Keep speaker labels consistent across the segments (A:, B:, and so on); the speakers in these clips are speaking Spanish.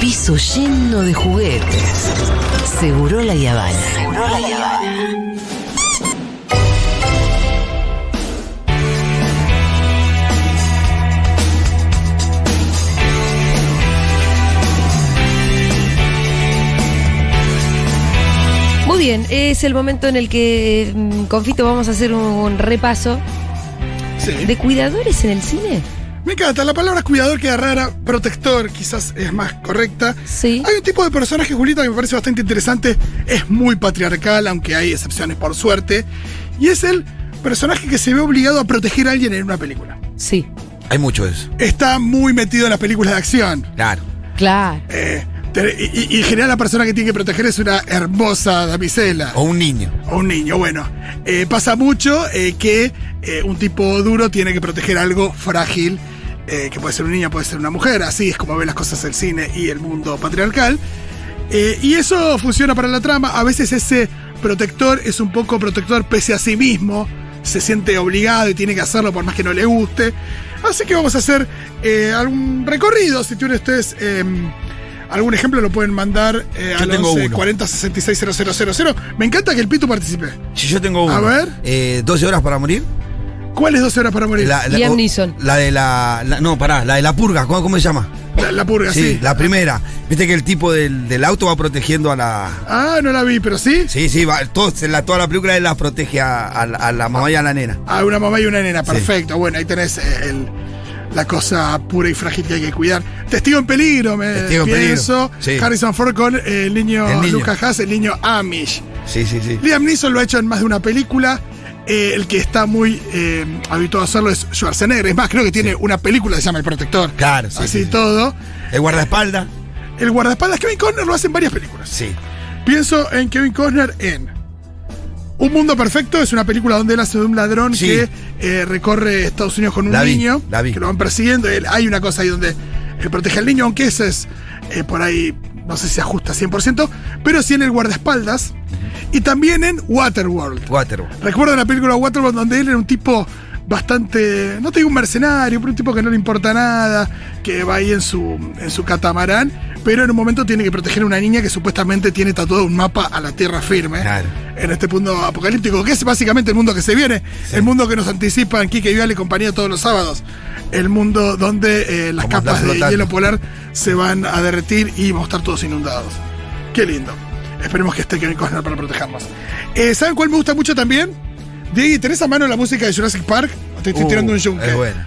A: piso lleno de juguetes. Seguro la Yavana. Seguro la Yavana.
B: Muy bien, es el momento en el que, mm, Confito, vamos a hacer un repaso
C: Sí.
B: de cuidadores en el cine.
C: Me encanta, la palabra cuidador queda rara, protector quizás es más correcta.
B: Sí.
C: Hay un tipo de personaje, Julita, que me parece bastante interesante, es muy patriarcal, aunque hay excepciones por suerte, y es el personaje que se ve obligado a proteger a alguien en una película.
B: Sí,
D: Hay mucho de eso.
C: Está muy metido en las películas de acción.
D: Claro.
B: claro.
C: Eh, te- y, y- y en general la persona que tiene que proteger es una hermosa damisela.
D: O un niño.
C: O un niño, bueno. Eh, pasa mucho eh, que eh, un tipo duro tiene que proteger algo frágil, eh, que puede ser un niño, puede ser una mujer, así es como ven las cosas el cine y el mundo patriarcal. Eh, y eso funciona para la trama, a veces ese protector es un poco protector pese a sí mismo, se siente obligado y tiene que hacerlo por más que no le guste. Así que vamos a hacer eh, algún recorrido, si tienen ustedes... em, Algún ejemplo lo pueden mandar eh,
D: Yo
C: al
D: tengo
C: 11
D: uno.
C: 40 66 000. Me encanta que el Pitu participe.
D: Si yo tengo uno.
C: A ver.
D: Eh, 12 horas para morir.
C: ¿Cuáles 12 horas para morir? La,
D: La, la-
B: Liam
D: o-
B: Neeson.
D: La de la, la- No, pará, la de la purga. ¿Cómo, cómo se llama?
C: la purga, Ah, sí.
D: la primera. Viste que el tipo del, del auto va protegiendo a la.
C: Ah, no la vi, pero sí.
D: Sí, sí, va, todo- se la, toda la película él la protege a, a la- a la mamá y a la nena.
C: Ah, una mamá y una nena,
D: Sí.
C: perfecto. Bueno, ahí tenés eh, el- la cosa pura y frágil que hay que cuidar. Testigo en peligro, me
D: Testigo en
C: pienso.
D: peligro, sí.
C: Harrison Ford con eh, el niño,
D: El niño.
C: Lucas Haas, el niño Amish.
D: Sí, sí, sí.
C: Liam Neeson lo ha hecho en más de una película. Eh, el que está muy eh, habituado a hacerlo es Schwarzenegger. Es más, creo que tiene una película que se llama El Protector.
D: Claro, sí,
C: Así
D: sí, sí.
C: todo.
D: El guardaespaldas.
C: El guardaespaldas Kevin Conner lo hace en varias películas.
D: Sí.
C: Pienso en Kevin Costner en Un Mundo Perfecto, es una película donde él hace de un ladrón
D: Sí.
C: que eh, recorre Estados Unidos con un
D: La vi,
C: niño,
D: la vi.
C: que lo van persiguiendo. Él- hay una cosa ahí donde eh, protege al niño, aunque ese es eh, por ahí, no sé si ajusta 100%, pero sí en el guardaespaldas y también en Waterworld.
D: Waterworld.
C: Recuerdo la película Waterworld donde él era un tipo bastante, no te digo un mercenario, pero un tipo que no le importa nada, que va ahí en su, en su catamarán, pero en un momento tiene que proteger a una niña que supuestamente tiene tatuado un mapa a la tierra firme.
D: Claro.
C: En este mundo apocalíptico, que es básicamente el mundo que se viene, el mundo que nos anticipan Kike Vial y compañía todos los sábados, el mundo donde eh, las
D: Como andar
C: capas de
D: flotando.
C: hielo polar se van a derretir y vamos a estar todos inundados. Qué lindo. Esperemos que esté Kevin Costner para protegernos. Eh, ¿Saben cuál me gusta mucho también? Diego, ¿tenés a mano la música de Jurassic Park? Te estoy
D: Uh,
C: tirando un yunque.
D: Es buena.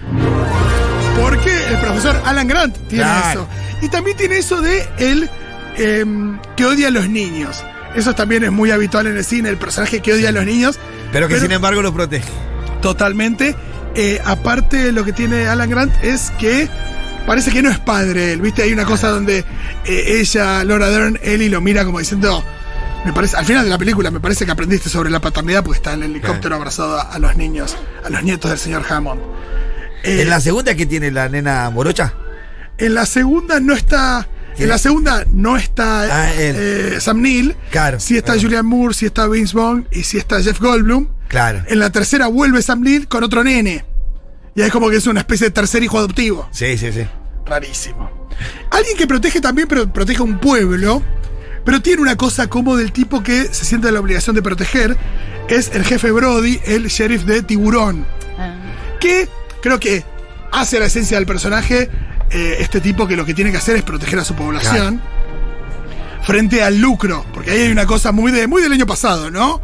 C: Porque el profesor Alan Grant tiene
D: Claro.
C: eso. Y también tiene eso de el em, que odia a los niños. Eso también es muy habitual en el cine, el personaje que odia a los niños.
D: Pero que sin embargo lo protege.
C: Totalmente. Eh, aparte, lo que tiene Alan Grant es que parece que no es padre él. ¿Viste? Hay una cosa donde eh, ella, Laura Dern, Ellie lo mira como diciendo. Me parece, al final de la película, me parece que aprendiste sobre la paternidad porque está en el helicóptero abrazado a, a los niños, a los nietos del señor Hammond. Eh,
D: ¿En la segunda que tiene la nena morocha?
C: en la segunda no está.
D: ¿Quién?
C: En la segunda no está
D: Ah, él.
C: eh, Sam Neill.
D: Claro.
C: Sí está
D: Bueno.
C: Julian Moore, sí está Vince Vaughn y sí está Jeff Goldblum.
D: Claro.
C: En la tercera vuelve Sam Neill con otro nene. Y es como que es una especie de tercer hijo adoptivo.
D: Sí, sí, sí.
C: Rarísimo. Alguien que protege también, pero protege a un pueblo. Pero tiene una cosa como del tipo que se siente la obligación de proteger. Es el jefe Brody, el sheriff de Tiburón que creo que hace la esencia del personaje eh, este tipo que lo que tiene que hacer es proteger a su población frente al lucro, porque ahí hay una cosa muy, de, muy del año pasado, ¿no?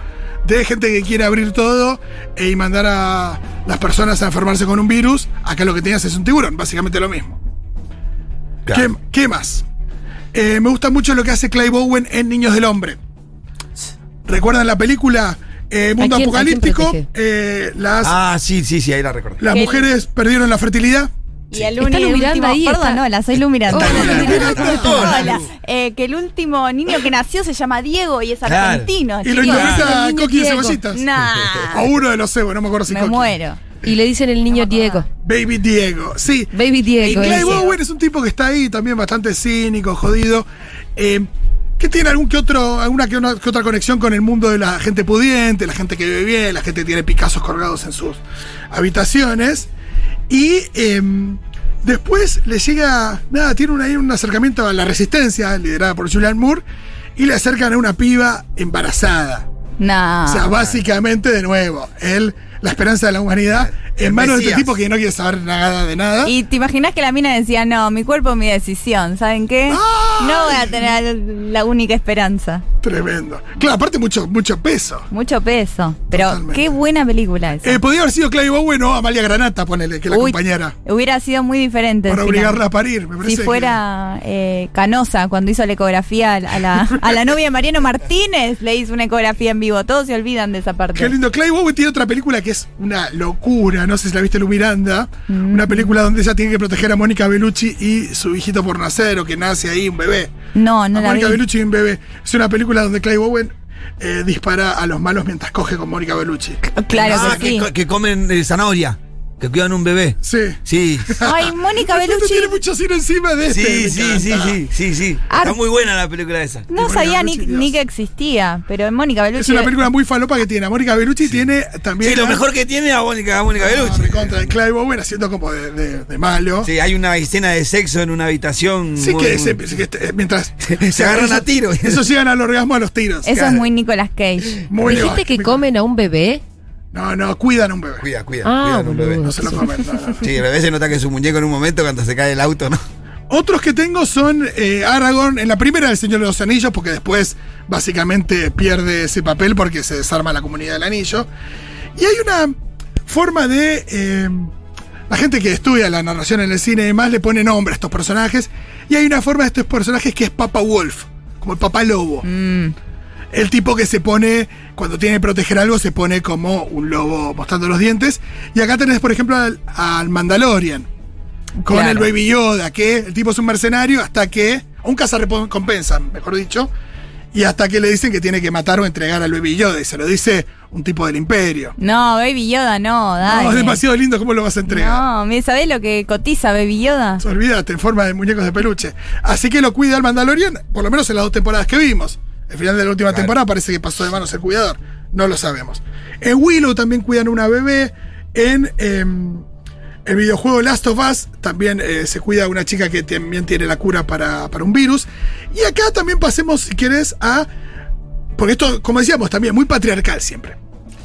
C: De gente que quiere abrir todo eh, y mandar a las personas a enfermarse con un virus, acá lo que tenías es un tiburón, básicamente lo mismo. ¿Qué,
D: Claro.
C: qué más? Eh, me gusta mucho lo que hace Clay Bowen en Niños del Hombre. ¿Recuerdan la película eh, Mundo
B: ¿A quién- a quién
C: Apocalíptico?
B: protege?
C: Eh, la hace-
D: Ah, sí, sí, sí, ahí la recordé.
C: las
E: Que-
C: mujeres perdieron la fertilidad.
E: Y el
B: Está Lu
E: único
B: Miranda
E: último,
B: ahí,
E: perdón,
B: está-
E: hola, soy Lu Miranda.
B: Hola, Lu Miranda,
D: ¿cómo estás?
E: Hola. Eh, que el último niño que nació se llama Diego y es
D: Claro.
E: argentino.
C: Y lo
E: chicos.
C: interpreta
B: el niño
C: Coqui de
B: Diego.
C: Cebollitas.
E: Nah.
C: O uno de los cebos, no me acuerdo si
E: Me
C: Coqui.
E: muero.
B: Y le dicen el niño Diego.
C: Baby Diego, sí.
B: Baby Diego.
C: y Clay
B: ese.
C: Bowen es un tipo que está ahí también bastante cínico, jodido. eh, que tiene algún que otro, alguna que, una- que otra conexión con el mundo de la gente pudiente, la gente que vive bien, la gente que tiene picazos colgados en sus habitaciones. Y eh, Después le llega, nada, tiene un, ahí un acercamiento a la resistencia, liderada por Julian Moore, y le acercan a una piba embarazada.
E: No.
C: O sea, básicamente, de nuevo, él, la esperanza de la humanidad,
D: El
C: en manos de este
D: Mesías.
C: tipo que no quiere saber nada de nada.
E: y te imaginas que la mina decía, no, mi cuerpo, mi decisión, ¿saben qué?
C: ¡Ay!
E: No voy a tener la única esperanza.
C: Tremendo. Claro, aparte mucho, mucho peso.
E: Mucho peso. Pero
C: Totalmente.
E: qué buena película esa.
C: Eh, podría haber sido Clay Bowen o Amalia Granata, ponele, que la
E: Uy,
C: acompañara.
E: Hubiera sido muy diferente.
C: Para
E: el final.
C: obligarla a parir, me parece.
E: Si
C: que-
E: fuera eh, Canosa, cuando hizo la ecografía a la, a la- a la novia de Mariano Martínez, le hizo una ecografía en vivo. Todos se olvidan de esa parte.
C: Qué lindo. Clay Bowen tiene otra película que es una locura, no sé si la viste Lu Miranda.
E: Mm.
C: Una película donde ella tiene que proteger a Mónica Bellucci y su hijito por nacer, o que nace ahí un bebé.
E: No, no
C: a
E: la vi.
C: Ah, Mónica Bellucci y un bebé. Es una película donde Clay Bowen eh, dispara a los malos mientras coge con Mónica Bellucci.
E: Claro
D: Ah,
E: que sí.
D: co- que comen eh, zanahoria, que cuidan un bebé.
C: Sí.
D: Sí.
E: Ay, Mónica
C: Aparte
E: Bellucci.
C: tiene mucho cine encima de este.
D: Sí,
C: me
D: sí,
C: encanta.
D: sí, sí, sí, sí.
E: Ar-
D: Está muy buena la película esa.
E: No
C: Mónica
E: sabía ni,
C: Bellucci, Dios.
E: ni que existía, pero Mónica Bellucci.
C: Es una película muy falopa que tiene. A Mónica Bellucci tiene también.
D: Sí, lo
C: a-
D: mejor que tiene es a Mónica, a Mónica
C: ¿eh? Ah,
D: Bellucci.
C: recontra de Clive Owen haciendo como de, de- de malo. Sí,
D: Sí, hay una escena de sexo en una habitación. muy-
C: que, ese- que este- mientras.
D: Se agarran a tiro.
C: Esos llegan al orgasmo a los tiros.
E: Eso es
D: Claro.
E: muy Nicolas Cage.
C: Muy
B: ¿Dijiste
C: legal.
B: que comen a un bebé?
C: No, no, cuidan a un bebé.
D: Cuida, cuida,
B: Ah,
D: cuidan un bebé.
B: boludo.
C: No se lo comen. no, no.
D: Sí, el bebé se nota que es un muñeco en un momento cuando se cae el auto, ¿no?
C: Otros que tengo son eh, Aragorn en la primera del Señor de los Anillos, porque después básicamente pierde ese papel porque se desarma la comunidad del anillo. Y hay una forma de. eh, la gente que estudia la narración en el cine y demás le pone nombre a estos personajes. Y hay una forma de estos personajes que es Papa Wolf, como el Papá Lobo.
E: Mm,
C: El tipo que se pone, cuando tiene que proteger algo, se pone como un lobo mostrando los dientes. Y acá tenés, por ejemplo, al, al Mandalorian. Con
E: Claro.
C: el Baby Yoda, que el tipo es un mercenario hasta que. o Un cazarrecompensa, mejor dicho. Y hasta que le dicen que tiene que matar o entregar al Baby Yoda. Y se lo dice un tipo del Imperio.
E: No, Baby Yoda, no, dale.
C: No, es demasiado lindo, ¿cómo lo vas a entregar?
E: No, mira, ¿sabés lo que cotiza Baby Yoda?
C: Olvídate, en forma de muñecos de peluche. Así que lo cuida el Mandalorian, por lo menos en las dos temporadas que vimos. El final de la última temporada parece que pasó de manos el cuidador. No lo sabemos. En Willow también cuidan una bebé. En em, el videojuego Last of Us también eh, se cuida una chica que también tiene la cura para, para un virus. Y acá también pasemos, si querés, a. Porque esto, como decíamos, también muy patriarcal siempre.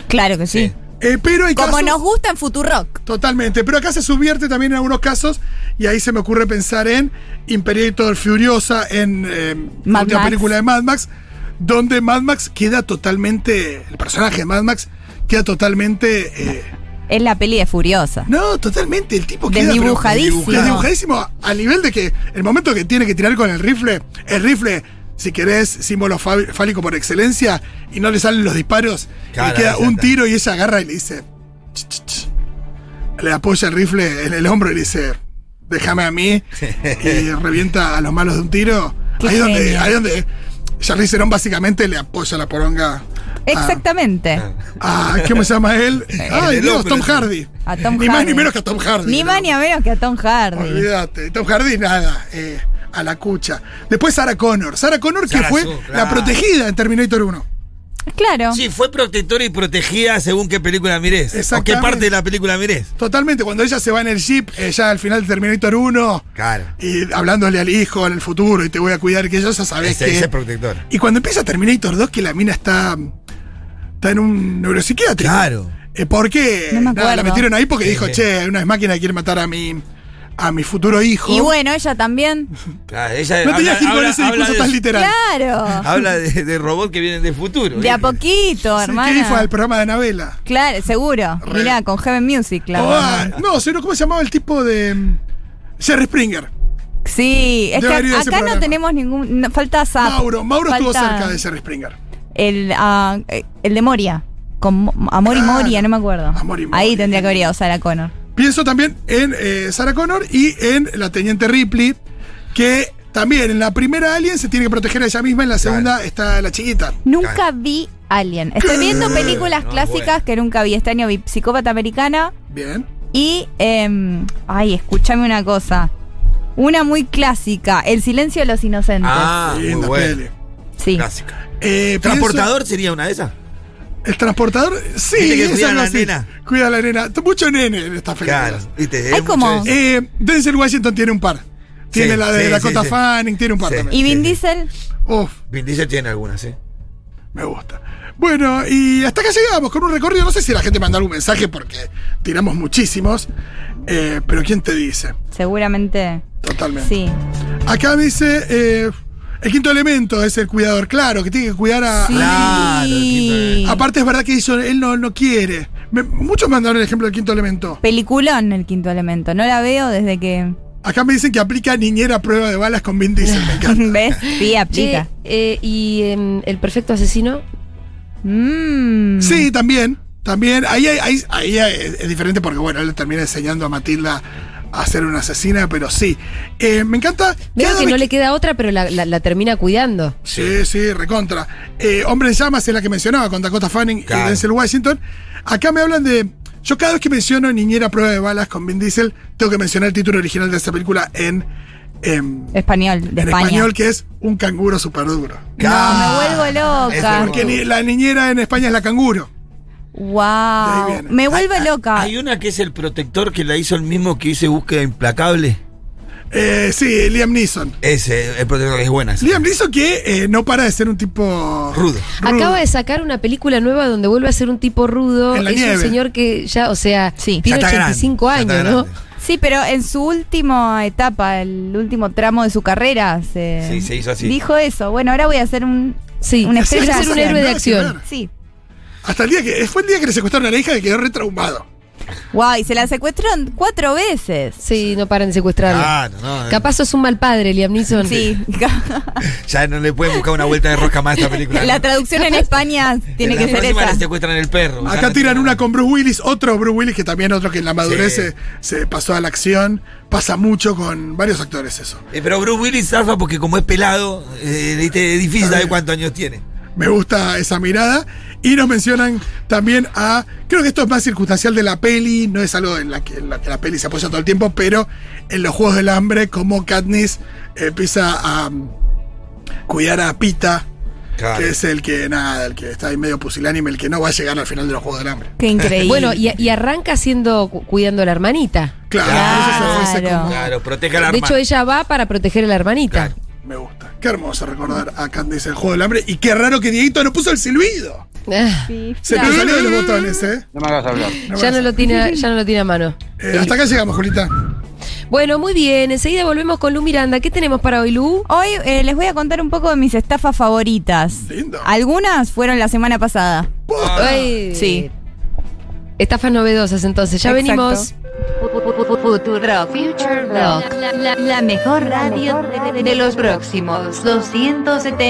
E: Claro que sí.
D: Sí.
C: Eh, pero hay
E: Como
C: casos-
E: nos gusta en Futurock.
C: Totalmente, pero acá se subvierte también en algunos casos y ahí se me ocurre pensar en Imperator Furiosa, en eh, la
E: Mad
C: última
E: Max.
C: película de Mad Max, donde Mad Max queda totalmente, el personaje de Mad Max queda totalmente, eh,
E: Es la peli de Furiosa.
C: no, totalmente, el tipo queda pero
E: Desdibujadísimo.
C: desdibujadísimo al nivel de que el momento que tiene que tirar con el rifle, el rifle, si querés, símbolo fa- fálico por excelencia, y no le salen los disparos,
D: Claro,
C: y queda
D: ahí ya
C: un
D: está.
C: tiro y ella agarra y le dice. "Ch, ch, ch". Le apoya el rifle en el hombro y le dice. Déjame a mí. Y revienta a los malos de un tiro.
E: Qué
C: ahí donde,
E: genio.
C: ahí donde Charlize Theron básicamente le apoya la poronga. a-
E: Exactamente.
C: Ah, ¿cómo se llama él? Ay,
D: el
C: Dios,
D: hombre,
C: Tom
D: sí.
C: Hardy.
E: A Tom
C: ni más
E: Hardy.
C: ni menos que a Tom Hardy.
E: Ni
C: ¿no?
E: más ni a menos que a Tom Hardy.
C: Olvídate. Tom Hardy, nada. eh, a la cucha. Después Sarah Connor. Sarah Connor, que
D: Sarah
C: fue
D: Su- claro.
C: la protegida en Terminator 1.
E: Claro.
D: Sí, fue protectora y protegida según qué película mires. O qué
C: Exactamente.
D: parte de la película mires.
C: Totalmente, cuando ella se va en el jeep, eh, ya al final de Terminator 1,
D: Claro.
C: y hablándole al hijo, en el futuro, y te voy a cuidar, que ellos ya sabés
D: Ese,
C: que...
D: ese es protectora.
C: Y cuando empieza Terminator 2, que la mina está, está en un neuropsiquiátrico.
D: Claro.
C: Eh, ¿Por qué?
E: No me
C: Nada, la
E: acuerdo.
C: metieron ahí porque dijo,
D: Sí.
C: che, hay unas máquinas que quieren matar a mi, a mi futuro hijo.
E: Y bueno, ella también.
D: Claro, ella
C: no tenías que ir con ese
D: habla
C: discurso
D: de-
C: tan literal.
E: Claro.
D: Habla de, de robots que vienen del futuro.
E: De a
D: ¿viste?
E: poquito,
C: Ah, Sí, que ahí fue
E: hermano.
C: al programa de Anabela.
E: Claro, seguro.
C: Re. Oh, ah.
E: Mirá, con Heaven Music,
C: O a-
E: claro.
C: no, sino ¿cómo se llamaba el tipo de. mm, Jerry Springer.
E: Sí, es que
C: Debe haber ido a ese
E: acá no
C: programa.
E: tenemos ningún. no, falta Zap.
C: Mauro. Mauro estuvo
E: falta
C: cerca de Jerry Springer.
E: El, ah, eh, el de Moria. Con Mo- Amor y
C: Claro.
E: Moria, no me acuerdo.
C: Amor y Moria.
E: Ahí tendría que haber ido Sarah Connor.
C: Pienso también en eh, Sarah Connor y en la teniente Ripley, que también en la primera Alien se tiene que proteger a ella misma, en la segunda está la chiquita.
E: Nunca vi Alien. Estoy viendo películas
D: No,
E: clásicas
D: bueno.
E: que nunca vi. Este año vi Psicópata Americana.
C: Bien.
E: Y, em, ay, escúchame una cosa. Una muy clásica, El silencio de los inocentes.
D: Ah, muy
C: Linda
D: buena.
C: peli.
E: sí.
D: Clásica.
C: Eh, pienso-
D: ¿Transportador sería una de esas?
C: El transportador, sí,
D: Viste que
C: es
D: cuidan
C: algo
D: a la
C: así.
D: nena.
C: Cuida a la nena. Mucho nene en estas
D: Claro,
C: películas.
D: viste. es
E: Hay
D: mucho
E: como-
D: de eso.
C: Eh, Denzel Washington tiene un par. Tiene
D: Sí,
C: la de
D: sí,
C: Dakota
D: sí, sí.
C: Fanning, tiene un par
D: Sí.
C: también.
E: ¿Y Vin
D: Sí, sí.
E: Diesel?
C: Uf,
D: Vin Diesel tiene algunas, ¿eh?
C: me gusta. Bueno, y hasta acá llegamos con un recorrido. No sé si la gente manda algún mensaje porque tiramos muchísimos. eh, pero ¿quién te dice?
E: Seguramente.
C: Totalmente.
E: Sí.
C: Acá me dice. eh, el quinto elemento es el cuidador, claro, que tiene que cuidar a.
E: Sí.
D: Claro, el quinto elemento.
C: Aparte, es verdad que hizo, él no, no quiere. Me- muchos mandaron el ejemplo del quinto elemento.
E: Peliculón el quinto elemento. No la veo desde que.
C: Acá me dicen que aplica niñera a prueba de balas con Vin Diesel, me encanta.
E: ¿Ves? Sí,
B: Che,
E: aplica.
B: eh, y em, el perfecto asesino.
E: Mm.
C: Sí, también. También. Ahí, hay- ahí- ahí es es diferente porque, bueno, él le termina enseñando a Matilda a ser una asesina, pero sí. Eh, me encanta.
B: Veo
C: cada
B: que
C: vez
B: no le queda otra, pero la, la- la termina cuidando.
C: Sí, sí, recontra. Eh, Hombre en llamas es la que mencionaba con Dakota Fanning y
D: Claro.
C: Denzel Washington. Acá me hablan de. Yo cada vez que menciono Niñera a Prueba de Balas con Vin Diesel, tengo que mencionar el título original de esta película en, em,
E: Español, de
C: en
E: España.
C: español, que es Un canguro super duro.
E: No, me vuelvo
D: Claro.
E: loca.
D: Ese
C: Porque
D: nuevo.
C: ni- la niñera en España es la canguro. De ahí
E: Wow.
C: viene.
E: Me vuelve loca.
D: Hay una que es el protector que la hizo el mismo que hice Búsqueda Implacable.
C: Eh, sí, Liam Neeson.
D: Ese, el protector que es buena. esa.
C: Liam Neeson que eh, no para de ser un tipo
D: Rudo.
C: Rudo.
B: Acaba de sacar una película nueva donde vuelve a ser un tipo rudo.
C: En la
B: Es
C: nieve.
B: un señor que ya, o sea,
E: Sí.
D: Ya
B: tiene
D: está grande,
B: 85
D: ya está
B: años, ¿no?
D: grande.
E: Sí, pero en su última etapa, el último tramo de su carrera, se,
D: Sí, se hizo así.
E: Dijo eso. Bueno, ahora voy a hacer un.
B: Sí,
E: Una
B: quiere
E: estrella
B: ser un
E: de
B: héroe de
C: Nada que
B: acción.
C: ver.
E: Sí.
C: Hasta el día que. Fue el día que le secuestraron a la hija que quedó retraumado.
E: Wow, y se la secuestraron cuatro veces.
B: Sí, no paran de secuestrarlo.
D: Claro, no, no.
B: Capaz sos un mal padre, Liam Neeson.
E: Sí.
D: Ya no le pueden buscar una vuelta de rosca más a esta película.
E: la traducción en España tiene
D: En
E: que
D: la
E: ser
D: próxima
E: esa.
D: le secuestran el perro. Ya
C: Acá
D: no
C: tiran
D: tiene-
C: una con Bruce Willis, otro Bruce Willis que también otro que en la madurez
D: Sí.
C: se, se pasó a la acción. Pasa mucho con varios actores eso.
D: Eh, pero Bruce Willis zafa porque como es pelado, eh, viste, es difícil saber cuántos años tiene.
C: Me gusta esa mirada. Y nos mencionan también a. Creo que esto es más circunstancial de la peli, no es algo en la que en la, que la peli se apoya todo el tiempo, pero en los Juegos del Hambre, como Katniss empieza a um, cuidar a Pita,
D: Claro.
C: que es el que nada, el que está ahí medio pusilánime, el que no va a llegar al final de los Juegos del Hambre.
E: Qué increíble.
B: Bueno, y, y arranca siendo cu- cuidando a la hermanita.
C: Claro,
E: Claro.
C: eso se ofrece como-
D: Claro, protege a la
B: De
D: arma.
B: hecho, ella va para proteger a la hermanita.
D: Claro.
C: Me gusta. Qué hermoso recordar a Candice el juego del hambre. Y qué raro que Dieguito no puso el silbido.
B: Ah,
C: Se te salieron los botones, ¿eh?
F: No me hagas hablar.
B: ya, no lo tiene, a- ya no lo tiene a mano.
C: Eh, hasta acá llegamos, Julita.
B: Bueno, muy bien. Enseguida volvemos con Lu Miranda. ¿Qué tenemos para hoy, Lu?
E: Hoy eh, les voy a contar un poco de mis estafas favoritas.
C: Lindo.
E: Algunas fueron la semana pasada.
F: Ah,
B: Ay,
E: Sí.
B: Estafas novedosas, entonces. Ya
E: Exacto.
B: venimos.
G: Futurock, Future Rock, la, la- la mejor radio de, de- de los próximos 270.